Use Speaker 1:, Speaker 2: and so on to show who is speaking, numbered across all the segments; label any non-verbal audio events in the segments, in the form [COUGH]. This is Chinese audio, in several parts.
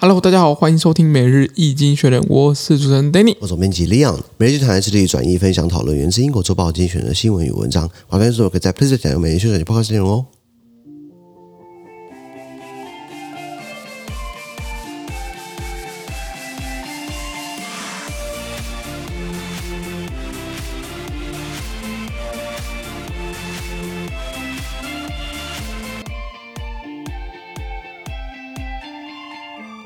Speaker 1: Hello，大家好，欢迎收听每日易经学人，我是主持人 Danny。
Speaker 2: 我总编辑 Leon，每日谈致力转译分享讨论源自英国《周报》精选的新闻与文章。华翻所有可以在 Please 讲每日修整报告内容哦。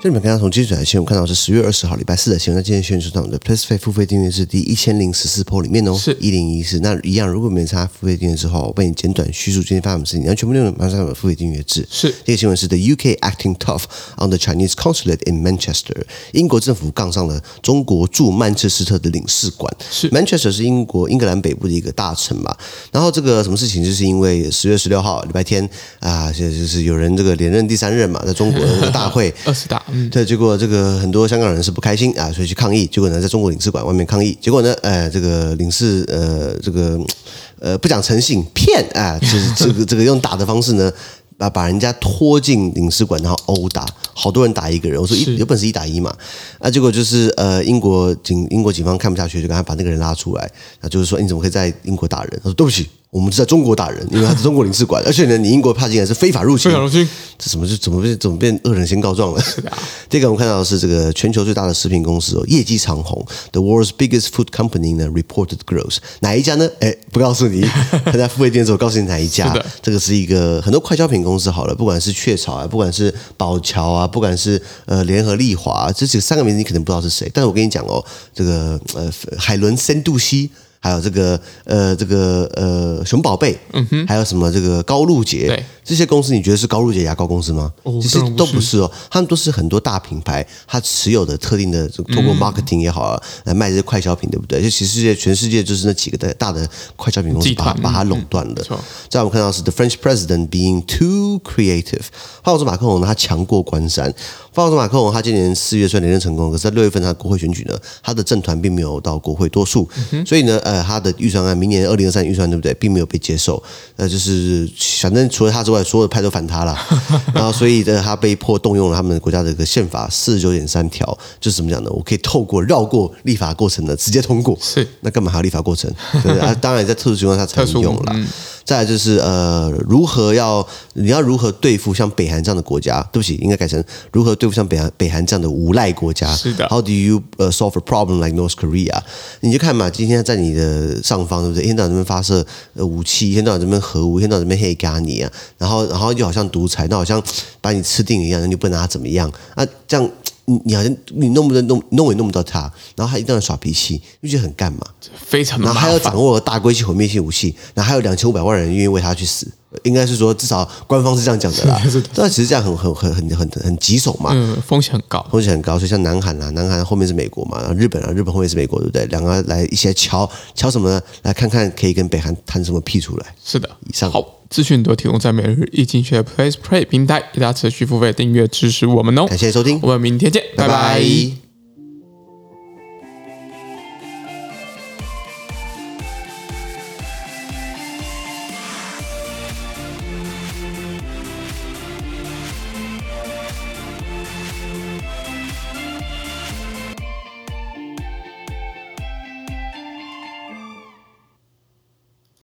Speaker 2: 这里面刚刚从基础的新闻看到是十月二十号礼拜四的新闻，那今天宣传到我们的 Plus 费付费订阅制第一千零十四波里面哦，
Speaker 1: 是
Speaker 2: 一零一四。那一样，如果没参加付费订阅之后，我帮你简短叙述今天发生什么事情，然后全部内容马上我们付费订阅制。
Speaker 1: 是
Speaker 2: 这个新闻是 The UK acting tough on the Chinese consulate in Manchester，英国政府杠上了中国驻曼彻斯特的领事馆。
Speaker 1: 是。
Speaker 2: Manchester 是英国英格兰北部的一个大城嘛。然后这个什么事情，就是因为十月十六号礼拜天啊，就就是有人这个连任第三任嘛，在中国的那个大会
Speaker 1: 二十大，嗯，
Speaker 2: 对，结果这个很多香港人是不开心啊，所以去抗议。结果呢，在中国领事馆外面抗议。结果呢，呃，这个领事呃，这个呃不讲诚信，骗
Speaker 1: [LAUGHS]
Speaker 2: 啊，就是这个这个用打的方式呢。把把人家拖进领事馆，然后殴打，好多人打一个人。我说
Speaker 1: 是
Speaker 2: 一有本事一打一嘛，啊，结果就是呃，英国警英国警方看不下去，就赶快把那个人拉出来，啊，就是说你怎么可以在英国打人？他说对不起，我们是在中国打人，因为他是中国领事馆，而且呢，你英国怕进来是非法入侵，
Speaker 1: 非常荣幸，
Speaker 2: 这怎么就怎么变怎么变恶人先告状了？
Speaker 1: 啊
Speaker 2: 这个我们看到的是这个全球最大的食品公司哦，业绩长虹，The world's biggest food company 呢 reported growth，哪一家呢？哎，不告
Speaker 1: [LAUGHS]
Speaker 2: 诉你，他在付费店的时候告诉你哪一家
Speaker 1: 是的。
Speaker 2: 这个是一个很多快消品公司好了，不管是雀巢啊，不管是宝乔啊，不管是呃联合利华、这几三个名字你可能不知道是谁，但是我跟你讲哦，这个呃海伦仙度西。还有这个呃，这个呃，熊宝贝，嗯哼，还有什么这个高露洁，
Speaker 1: 对
Speaker 2: 这些公司，你觉得是高露洁牙膏公司吗？
Speaker 1: 哦
Speaker 2: 其实
Speaker 1: 当然不
Speaker 2: 都
Speaker 1: 是
Speaker 2: 不是哦，他们都是很多大品牌，它持有的特定的，通
Speaker 1: 嗯
Speaker 2: 过 marketing 也好啊，来卖这些快消品，对不对？就其实世界全世界就是那几个大大的快消品公司
Speaker 1: 集
Speaker 2: 把
Speaker 1: 团
Speaker 2: 它把它垄断
Speaker 1: 嗯没
Speaker 2: 了
Speaker 1: 错。
Speaker 2: 在我们看到的是 the French president being too creative，法国总统马克龙呢他强过关山。法国总统马克龙他今年四月虽然连任成功，可是在六月份他的国会选举呢，他的政团并没有到国会多数，
Speaker 1: 嗯
Speaker 2: 所以呢，呃，他的预算案明年二零二三预算对不对，并没有被接受。呃，就是反正除了他之外，所有的派都
Speaker 1: [LAUGHS]
Speaker 2: 反他了。然后所以呢，呃他被迫动用了他们国家的一个宪法四十九点三条，就是怎么讲呢？我可以透过绕过立法过程呢，直接通过。
Speaker 1: 是
Speaker 2: 那干嘛还要立法过程？对不对啊，当然在特殊情
Speaker 1: [LAUGHS]
Speaker 2: 况下才
Speaker 1: 特殊嗯
Speaker 2: 能用啦。再来就是呃，如何要你要如何对付像北韩这样的国家？对不起，应该改成如何对付像北韩北韩这样的无赖国家？
Speaker 1: 是的
Speaker 2: How do you 呃 solve a problem like North Korea？你就看嘛，今天在你的上方，对不对？一天到晚这边发射呃武器，一天到晚这边核武，一天到晚这边黑咖你啊，然后然后就好像独裁，那好像把你吃定一样，那你不能拿他怎么样啊？这样你你好像你弄不得弄弄也弄不到他，然后他一定要耍脾气，就觉得很干嘛？
Speaker 1: 非常的
Speaker 2: 然后
Speaker 1: 麻
Speaker 2: 还有
Speaker 1: 烦
Speaker 2: 掌，握了大规模毁灭性武器，然后还有两千五百万人愿意为他去死，呃应该是说至少官方是这样讲的
Speaker 1: [LAUGHS]
Speaker 2: 啦。但其实这样很很很很很很棘手嘛。
Speaker 1: 嗯，风险很高，
Speaker 2: 风险很高，所以像南韩啦、南韩后面是美国嘛，然后日本啊，日本后面是美国，对不对？两个来一起来敲敲什么呢？来看看可以跟北韩谈什么屁出来。
Speaker 1: 是的。
Speaker 2: 以上
Speaker 1: 好，资讯都提供在每日易经学 Place Play 平台，给大家持续付费订阅支持我们哦。
Speaker 2: 感谢收听，
Speaker 1: 我们明天见，拜拜
Speaker 2: 拜拜